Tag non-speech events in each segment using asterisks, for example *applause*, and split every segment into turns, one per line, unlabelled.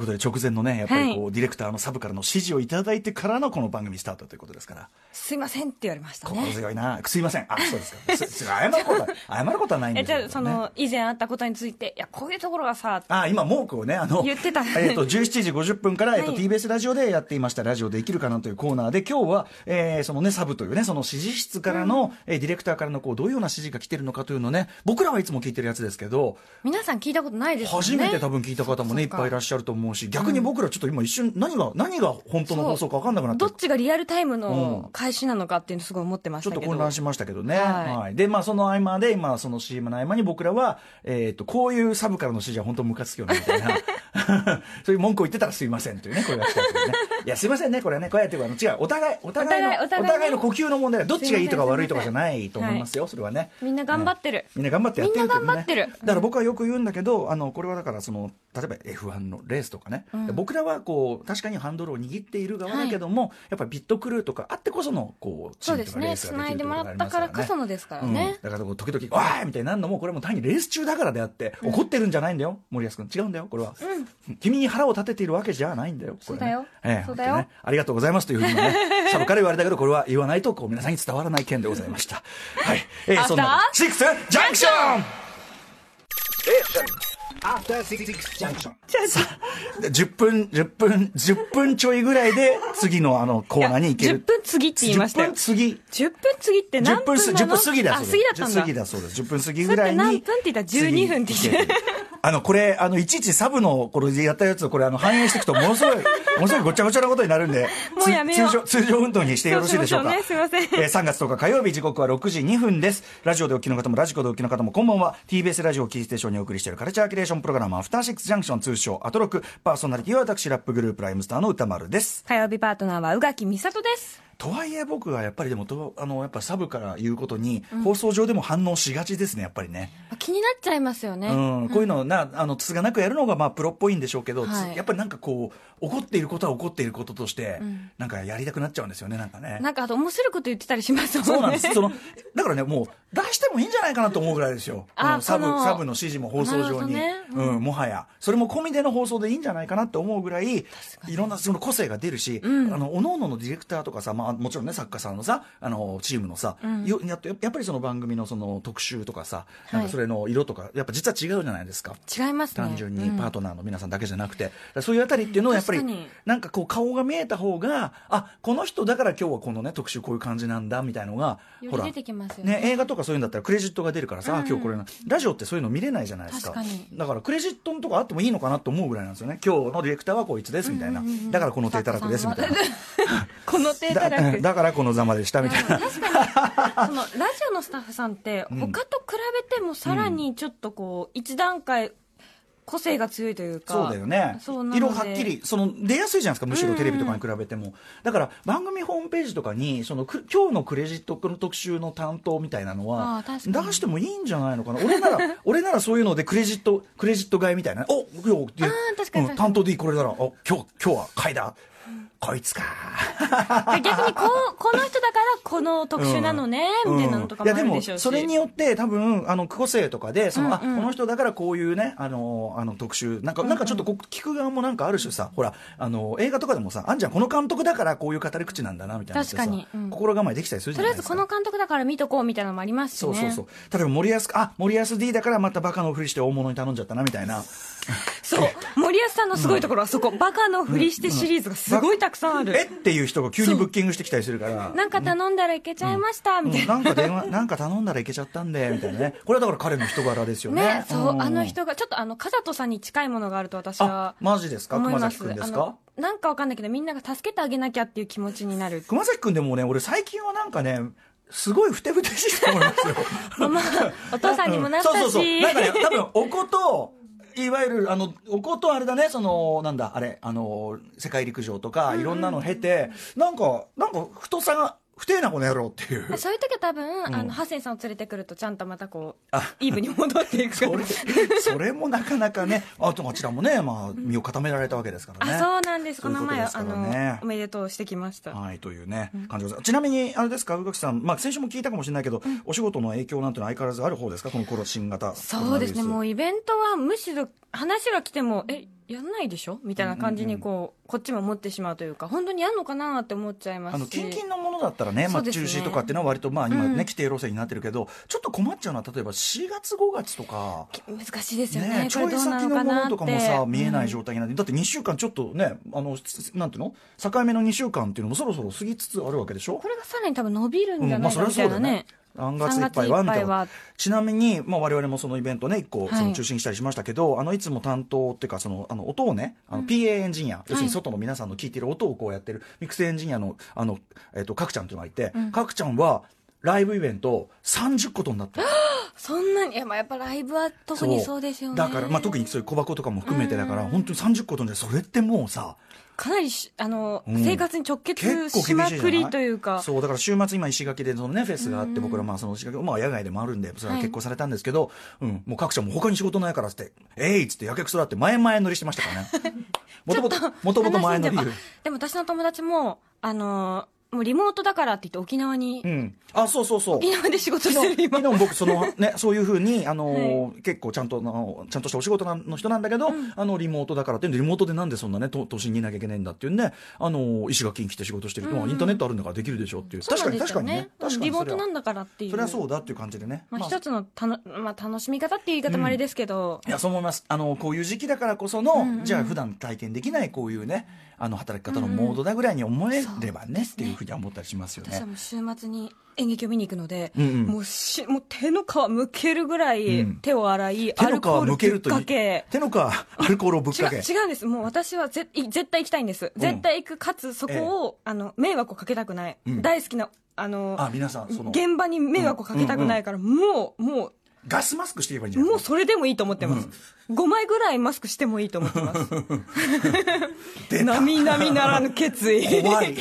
ということで直前のねやっぱりこう、ディレクターのサブからの指示をいただいてからのこの番組スタートということですから
すいませんって言われました
心
ね
強いな、すいませんあそうです
*laughs*
かすす謝ることは謝ることはないん
え
ですけ
じ
ど、
ゃ
ね
あ、その以前あったことについていやこういうところがさ
あ今、文句をね、あの、
言ってた
えっと、17時50分から、えっと、
はい
TBS ラジオでやっていました、ラジオで生きるかなというコーナーで、今日は、えーそのね、サブというね、その指示室からの、えーディレクターからの、こう、どういうような指示が来てるのかというのをね、僕らはいつも聞いてるやつですけど、
皆さん聞いたことないですよね
初めて多分聞いた方もね、いっ
そうか
ぱいいらっしゃると思うし、逆に僕らちょっと今一瞬、何が、何が本当の放送か分かんなくなって
ど
る
っちがリアルタイム
う
の
ん
開始なのかっていうのすごい思ってま
ち
し
ょった
け
と
ど
混乱しましたけどね。は。
はいい
で、まあ、その合間で、今、その CM の合間に僕らは、えっ、と、こういうサブからの指示は本当ムカつくよね、みたいな。 *laughs* そういう文句を言ってたらすいませんというね、これが来たんですけどね。いや、すいませんね、これはね、こうやって、あの、違う、お互い、お互いの、お
お互い
互い
お互いね
の呼吸の問題だどっちがいいとか
すいません
悪いとかじゃないと思いますよ、それはね。
みんな頑張ってる、
みんな頑張ってやってるけど、ね、
みんな頑張ってる
だから僕はよく言うんだけどあのこれはだからその例えば F1 のレースとかね、僕らはこう確かにハンドルを握っている側だけども、やっぱりピットクルーとかあってこそのこうチ
そう
ーム
で
と
す
かレー
ね
スが
つ
で
な
きる
い
って
で
こ
も
とがありますから
らったか
らね
こそのですからね、
うん、だからこう時々「わーい!」みたいになるのもこれはもう単にレース中だからであって怒ってるんじゃないんだよ森保君違うんだよこれは、君に腹を立てているわけじゃないんだよこれね
そうだよ
ええ
そうだよ
本当ねありがとうございますというふうにねサブから言われたけどこれは言わないとこう皆さんに伝わらない件でございま
*laughs*
したはい、えー、
After
そんな「シックスジャンクション」
After Six Junction.
さ10分10分10分ちょいぐらいで次のあのコーナーに行ける
10分過ぎって言いましたよ
10分過ぎ
10分過ぎって何
10分
分
す
な
10
の
分過ぎだ
あ
そう
過
です
ぎだったんだ
過ぎだそうです10分過ぎぐらいに
それって何分って言ったら12分って言って
次あのこれあのいちいちサブのこれやったやつをこれあの反映していくともの
*laughs*
すごいものすごいごちゃごちゃなことになるんで
もうやめよう
つ通常通常運動にしてよろしいでしょうか
*laughs* そうしましょうねすいません
えー3月10日火曜日時刻は6時2分ですラジオでお聞きの方もラジコでお聞きの方もこんばんは TBS ラジオをキーステーションにお送りしているカルチャーキュレーションプログラムアフターシックスジャンクション通称アトロクパーソナリティは私ラップグループライムスターの歌丸です
火曜日パートナーは宇垣美里です
とはいえ僕はやっぱりでもとあのやっぱサブから言うことに放送上でも反応しがちですねやっぱりね、
気になっちゃいますよね、
うん、こういうのをなあのつつがなくやるのがまあプロっぽいんでしょうけど、つ
はい
やっぱりなんかこう怒っていることは怒っていることとして、なんかやりたくなっちゃうんですよねなんかね
なんかあと面白いこと言ってたりしますもんね
そうなんですそのだからねもう出してもいいんじゃないかなと思うぐらいですよ
あ
このサブ
この
サブの指示も放送上に、
なるほどね
うんもはやそれも込みでの放送でいいんじゃないかなって思うぐらいいろんなその個性が出るし、あの各々のディレクターとかさ、まあ、もちろんね作家さんのさあのチームのさ、よやっとやっぱりその番組のその特集とかさなんかそれの色とか、やっぱ実は違うじゃないですか。
違いますね
単純
う
に
ん
パートナーの皆さんだけじゃなくて、だからそういうあたりっていうのをやっぱり
確かに
なんかこう顔が見えた方があこの人だから今日はこのね特集こういう感じなんだみたいのが
よ
ほ
り
ら
出てきますよね
ね映画とかそういうんだったらクレジットが出るからさ、あ今日これなラジオってそういうの見れないじゃないですか
確かに
だからクレジットのとこあってもいいのかなと思うぐらいなんですよね今日のディレクターはこいつですみたいな、だからこの低たらくですみたいな
この手たら
だ
く
だからこのざまでしたみたいな
確かにそのラジオのスタッフさんって他と比べてもさらにちょっとこう一段階個性が強いというか
そうだよね
そうなので
色はっきりその出やすいじゃないですかむしろテレビとかに比べても、だから番組ホームページとかにそのく今日のクレジットの特集の担当みたいなの
あ
は
あ
出
確かに
してもいいんじゃないのかな俺
*laughs*
なら俺ならそういうのでクレジットクレジット買いみたいなお今日で
ああ確かに
うん担当 D これならあ今日今日は買いだこいつか
で逆にこうこの人だからこの特集なのね、みたいなのとかもあるでしょう
うんい
し、
やでもそれによって多分あの個性とかでその、
うんうん
あこの人だからこういうねあのあの特集なんかなんかちょっとこう聞く側もなんかある種さほらあの映画とかでもさあんじゃんこの監督だからこういう語り口なんだなみたいなのってさ
確かにうん
心構えできたりするじ
と
ゃ
り
な
あ
いで
えず
すか
この監督だから見とこうみたいなのもありますし
そ
ね
うそうそう例えば森保あ森保 D だからまたバカのふりして大物に頼んじゃったなみたいな
そう森保さんのすごいところはそこ、バカのふりしてシリーズがすごいたくさんある、
えっていう人が急にブッキングしてきたりするから
なんか頼んだらいけちゃいました、みたいな、
なんか電話なんか頼んだらいけちゃったんでみたいなねこれはだから彼の人柄ですよね
ねそう、
ん
あの人がちょっとあの風戸さんに近いものがあると私
あ
は
マジですか
思い
熊
ま
崎
す
くんです
あ
か
のなんかわかんないけどみんなが助けてあげなきゃっていう気持ちに
*laughs*
なる
熊崎くんでもね、俺最近はなんかね、すごいふてぶてしいと思い
*laughs*
ますよ。
ママお父さんにもなったし、
*laughs* そうそうそう。なんかね、多分、おこと、いわゆる、あの、おことあれだね、その、なんだ、あれ、あの、世界陸上とか、いろんなの経て、なんか、なんか、太さが、不定なこの野郎って
*laughs*
いう。
そういう時は多分、あのハセンさんを連れてくるとちゃんとまたこうイーブに戻っていく
それ、それもなかなかね、あと、あちらもね、まあ、身を固められたわけですからね。
あそうなんです
そ
こ
ういう
の
こと
前
ですか
あ
らね
のおめでとうしてきました、
はい、というね、感じでございます。ちなみに、あれですか、宇垣さん、まあ、先週も聞いたかもしれないけど、お仕事の影響なんてのは相変わらずある方ですか、この頃新型コロナウイルス。
そうですねもうイベントはむしろ話が来てもえやんないでしょみたいな感じにこう、こっちも持ってしまうというか本当にやんのかなって思っちゃいますし
あの近々のものだったらね、ま
そ
あ、
うです
中
ね
止とかっていうのは割とまあ今ね、
うん
規定路線になってるけどちょっと困っちゃうのは例えば4月5月とか。
き難しいですよね
ね、ち
こ
ょ
れ
い
どうな
先
の
の
か
も
な
の
って
とかもさ、見えない
うん
状態になって、だって2週間ちょっとね、あの、つなんていうの境目の2週間っていうのもそろそろ過ぎつつあるわけでしょ
これがさらに多分伸びるんじ
う
ゃ
んま
な
あ
い
そ
か
れは
み
そ
たい
だ
うな
よ
ね
ね。3月いっぱいはみたい
三月いっぱい
な
は
ちなみに、まあ、我々もそのイベントね一個
はい
その中心にしたりしましたけど、あのいつも担当っていうかそのあの音をねあの PA エンジニア、要するに外の皆さんの聞いてる音をこうやってるミックスエンジニアのあの、えっと角ちゃんっていうのがいて、角ちゃんはライブイベント30個とになった
そんなにいやまあやっぱライブは特にそうですよね
だから、まあ、特にそういう小箱とかも含めてだから、
うん
本当に30個とんでそれってもうさ
かなりしあの、
うん
生活に直結
結構厳しい
し
じゃな
ま
い
くりというか
そうだから週末今石垣でそのねフェスがあって僕らまあその石垣まあ野外でもあるんでそれは結構されたんですけど、うんもう各社も他に仕事ないからっつって「えい!」っつってやけくそだって前々乗りしてましたからね
*laughs*
もともともともと前乗り
話んであでも私の友達もあのもうリモートだからって言って沖縄に、
うんあそうそうそう
沖縄で仕事
昨
してる
日
今
昨日僕その、ね、そういうふうに、あのー結構ちゃんとあのちゃんとしたお仕事なの人なんだけど、あのリモートだからっていうんでリモートでなんでそんなね都都心にいなきゃいけないんだっていうんで、あのー石垣に来て仕事してる、まあインターネットあるんだからできるでしょうっていう、確かに確かにね
そうなんです
確
よ
か
リ
に
モ
そ
ー
れ
ト
は
なんだからっていう
それはそうだっていう感じでね、
まあ、
まあ
一つのたの、まあ、楽しみ方っていう言い方もあれですけど、
いやそう思いますあのこういう時期だからこその、
んうん
じゃあ普段体験できないこういうねあの働き方のモードだぐらいに思えればね、っていうふうには思ったりしますよ
私は
ね。
もう週末に演劇を見に行くので、
うんうん
もうしもう手の皮むけるぐらい
うん
手を洗い、
手
ア
の
ル
皮
コール
むけ
ぶっ
るとい
か
う
け。
手の皮アルコールをぶっ
違
か
う
け
違うんです、もう私はぜい絶対行きたいんです、
うん
絶対行く、かつそこを、あの迷惑をかけたくない、
うん
大好きなあの
あ皆さんその
現場に迷惑をかけたくないから、もう、も
ガスマスクしていればいいんじ
う、
ゃない
も
です
う
か
それでもいいと思ってます、5枚ぐらいマスクしてもいいと思ってます、
出た
なみなみならぬ決
*laughs*
意。
怖い
いや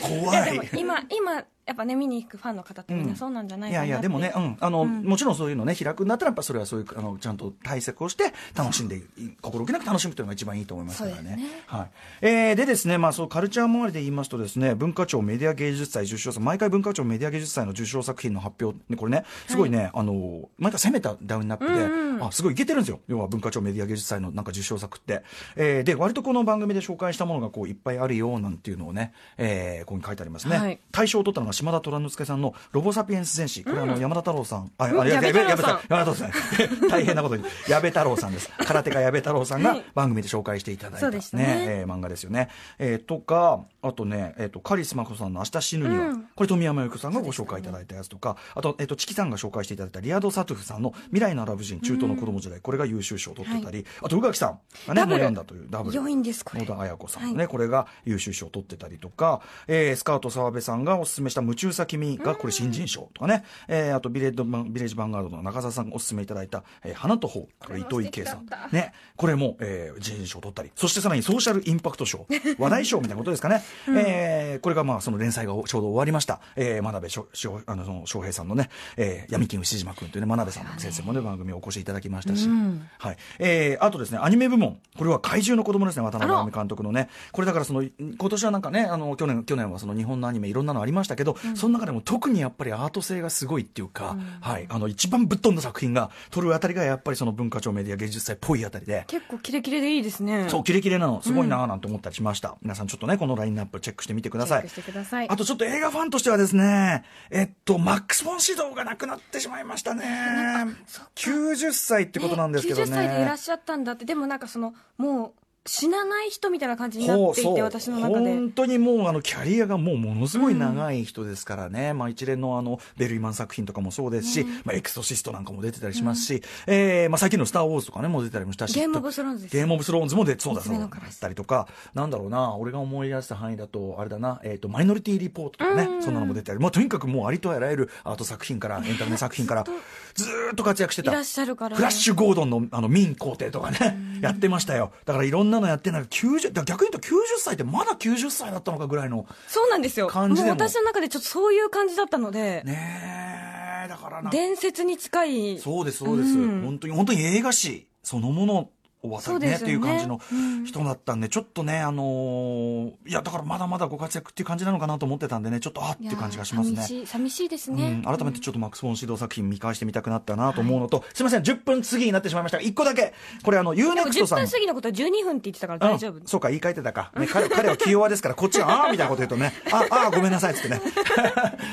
怖
でも
い
今今やっぱね見に行くファンの方ってみんなそうなんじゃない
い
かな
や
っ
いや
て
でもね、うんあのもちろんそういうのね開くんだったらやっぱそれはそういうあのちゃんと対策をして楽しんでい心置きなく楽しむというのが一番いいと思いますから
そう
ね
ですね
はいえーでですね、まあ、そうカルチャー周りで言いますとですね文化庁メディア芸術祭受賞作毎回文化庁メディア芸術祭の受賞作品の発表ねこれねすごいね、あの毎回攻めたダウンナップで、
うんうん
あすごいいけてるんですよ要は文化庁メディア芸術祭のなんか受賞作って、えーで割とこの番組で紹介したものがこういっぱいあるよなんていうのをね、えーここに書いてありますね、
はい
大賞を取ったのが島田虎之助さんの「ロボ・サピエンス全史」これはあの山田太郎さん、あ
うん
あやべやべ
矢
やべ
部太
やべ太
郎
郎さん *laughs* 大変なことに矢部太郎さん
*laughs*
です空手家矢部太郎さん
は
が
い
番組で紹介していただいた、
そうでしたね
えー漫画ですよね、えーとかあとね、えー、とカリスマコさんの「明日死ぬには」
うん
これ富山由紀子さんがご紹介いただいたやつとか、あと、えー、とチキさんが紹介していただいたリアド・サトゥフさんの「未来のアラブ人中東の子供時代」これが優秀賞を取ってたり、あと宇垣さんがね
ダ
も
ブル
う読んだというダブル
良いんですこれ
野田綾子さんね、
はい
これが優秀賞を取ってたりとか、えースカウト澤部さんがおすすめした「夢中さ君」がこれ新人賞とかね、えーあとビレッドバンビレッジヴァンガードの中澤さんがおすすめいただいた「えー花と頬」これ
これも
糸井圭さん
素敵だった
ねこれも、えー新人賞を取ったりそしてさらにソーシャルインパクト賞話題賞みたいなことですかね、えーこれがまあその連載がちょうど終わりました、えー、真鍋しょしょあのその翔平さんのね「えー、闇金牛島君」というね真鍋さんの先生もね番組お越しいただきましたし、
うん
はいえーあとですねアニメ部門これは怪獣の子供ですね渡辺直美監督のねこれだからその今年はなんかねあの去年去年はその日本のアニメいろんなのありましたけど、その中でも特にやっぱりアート性がすごいっていうか、はい、あの一番ぶっ飛んだ作品が撮るあたりがやっぱりその文化庁メディア芸術祭っぽいあたりで。
結構キレキレでいいですね
そうキレキレなのすごいなーなんて思ったりしました、皆さんちょっとねこのラインナップチェックしてみてくだ
チェ
さ
ッ
い
クしてください
あとちょっと映画ファンとしてはですね、えっと、マックス・フォンシドーが亡くなってしまいましたね。90歳ってことなんですけどね。
90歳でいらっしゃったんだってでもなんかそのもう死なない人みたいな感じになってい
ほう
て
そう
私の中で
本当にもうあのキャリアがもうものすごい長い人ですからね、まあ、一連のあのベルイマン作品とかもそうですし、まあ、エクソシストなんかも出てたりしますし、えーまあ、最近の「スター・ウォーズ」とかねもう出てたりもしたし
ゲームオブスローンズです
ゲームオブスローンズも出そうだそう
三つ目
だ
のカラ
っ
ス
たりとかなんだろうな俺が思い出した範囲だとあれだな、えー、とマイノリティ・リポートとかね、そんなのも出てたり、まあ、とにかくもうありとあらゆるアート作品からエンタメ作品からずーっと活躍して
い
た
らっしゃるから
フラッシュ・ゴードンのあの民皇帝とかね、やってましたよ。だからいろんなのやってなんか90、だから逆に言うと90歳ってまだ90歳だったのかぐらいの。
そうなんですよも
感じ
う
でも
私の中でちょっとそういう感じだったので、
ねえ、だからなんか
伝説に近い
そうです、そうです、
うん
本当に、本当に映画史そのものお渡
そう
り
で
ねっ
すよ
て
ね
いう感じの
うん
人だったんで、ちょっとね、あのーいや、だからまだまだご活躍っていう感じなのかなと思ってたんでね、ちょっとあって
い
い
や
う感じがしますね
寂。しい寂しいです
う
ね、
ん、改めてちょっとマックス・フォンシード作品見返してみたくなったなと思うのと、すみません、10分過ぎになってしまいましたが、1個だけ、これ、あの、ユー
で
ネ
も
クスト
10
さん
分過ぎのことは12分って言ってたから
うん
大丈夫、
そうか、言い換えてたか。ね、彼彼は気弱ですから、こっちは、あーみたいなこと言うとね、ああーごめんなさいっつってね。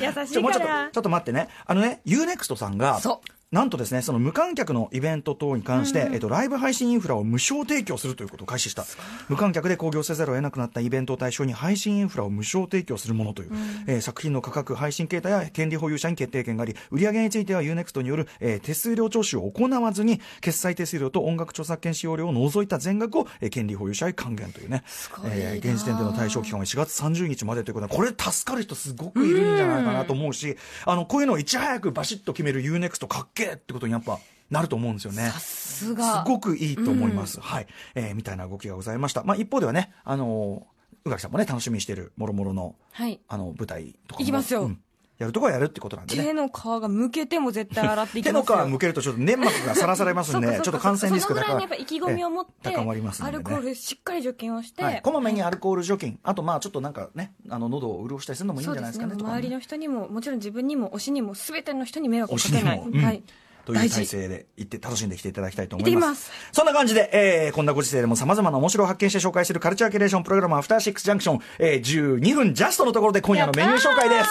優し
ちょ
い
もうちょ
か
っと、
ら
ちょっと待ってね。あのね、UNEXT さんが
そ、
なんとですね、その無観客のイベント等に関して、えっと、ライブ配信インフラを無償提供するということを開始した。無観客で興行せざるを得なくなったイベントを対象に配信インフラを無償提供するものという、えー作品の価格、配信形態や権利保有者に決定権があり、売上については UNEXT による、えー手数料徴収を行わずに、決済手数料と音楽著作権使用料を除いた全額を、えー権利保有者へ還元というね。
ごいな
えー現時点での対象期間は4月30日までということで、これ助かる人すごくいるんじゃないかなと思うし、あの、こういうのをいち早くバシッと決める UNEXT かっけーってことにやっぱなると思うんですよね。
さす
す
が
ごくいいと思います。はい。えーみたいな動きがございました。まあ、一方ではね、あのー宇垣さんもね、楽しみにしている、もろもろの、
はい
あの、舞台とかも。
行きますよ
うんやるとこはやるってことなんでね
手。の皮がむけても絶対洗ってい
手
き
の
ま
皮
すよ
むけるとちょっと粘膜がさらされますんで、ちょっと感染リスク
だ
だか
か
らら。
そのぐらいのやっぱ意気込みを持って、
ええ高まりますんでね
アルコールしっかり除菌をして、
はい、こまめにアルコール除菌、あとまあちょっとなんかね、あの喉を潤したりするのもいいん
そう
じゃ
で
ないですす
ね
かね、とか
周り
ね。
の人にももちろん自分にも推しにも全ての人に迷惑を
推
か
しに
けない、
もうん
はい
という体
大事
制で行って楽しんできていただきたいと思います。
行ってきます
そんな感じで、えー、こんなご時世でも様々な面白を発見して紹介するカルチャーキュレーションプログラムアフターシックスジャンクション、えー、12分ジャストのところで今夜のメニュー紹介です。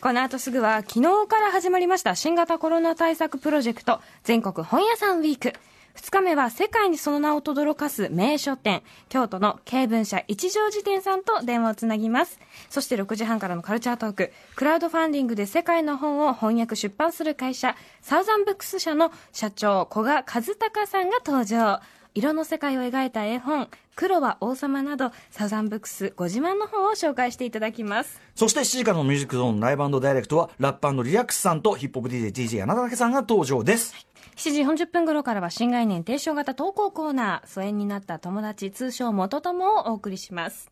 この後すぐは昨日から始まりました新型コロナ対策プロジェクト全国本屋さんウィーク2日目は世界にその名を轟かす名所店京都の軽文社一条辞典さんと電話をつなぎますそして6時半からのカルチャートーククラウドファンディングで世界の本を翻訳出版する会社サウザンブックス社の社長古賀和孝さんが登場色の世界を描いた絵本「黒は王様」などサウザンブックスご自慢の本を紹介していただきます
そして7時からのミュージックゾーンライブダイレクトは、ラップリラックスさんとヒップホップ DJ、DJ 穴だけさんが登場です。
7時40分頃からは新概念提唱型投稿コーナー疎遠になった友達通称元友をお送りします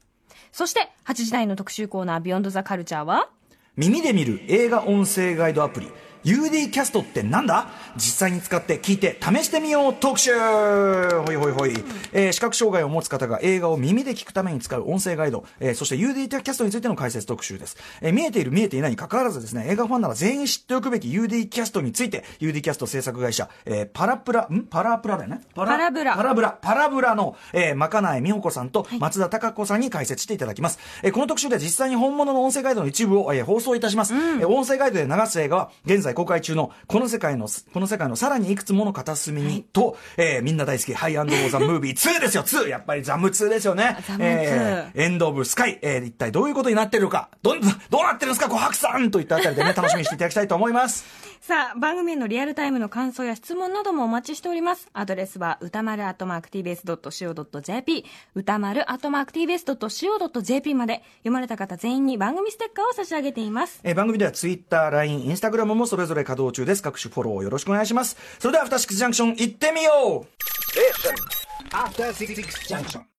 そして8時台の特集コーナー「ビヨンドザカルチャーは
耳で見る映画音声ガイドアプリ UD キャストってなんだ実際に使って聞いて試してみよう特集ほいほいほい、えー視覚障害を持つ方が映画を耳で聞くために使う音声ガイド、えーそして UD キャストについての解説特集です、えー見えている見えていないに関わらずですね映画ファンなら全員知っておくべき UD キャストについて UD キャスト制作会社、えーパラプラんパラプラだよねパ
パラブラ
パラブラ、パラブラの、えー、まかないみほこさんと松田貴子さんに解説していただきます。えーこの特集では実際に本物の音声ガイドの一部を、えー放送いたします、えー音声ガイドで流す映画は、現在公開中の、この世界の、この世界のさらにいくつもの片隅に、と、えーみんな大好き、ハイアンドザ・ムービー2ですよ、2! やっぱりザム2ですよね。
ザム2
えーエンド・オブ・スカイ、えー一体どういうことになってるのか、どん、どうなってるんですか、琥珀さんといったあたりでね、楽しみにしていただきたいと思います。
さあ番組へのリアルタイムの感想や質問などもお待ちしておりますアドレスは歌丸 atmarktvs.co.jp 歌丸 atmarktvs.co.jp まで読まれた方全員に番組ステッカーを差し上げています
えー番組ではツイッター、LINE、インスタグラムもそれぞれ稼働中です。各種フォローよろしくお願いします。それでは、アフターシックスジャンクション行ってみよう
After Six Junction.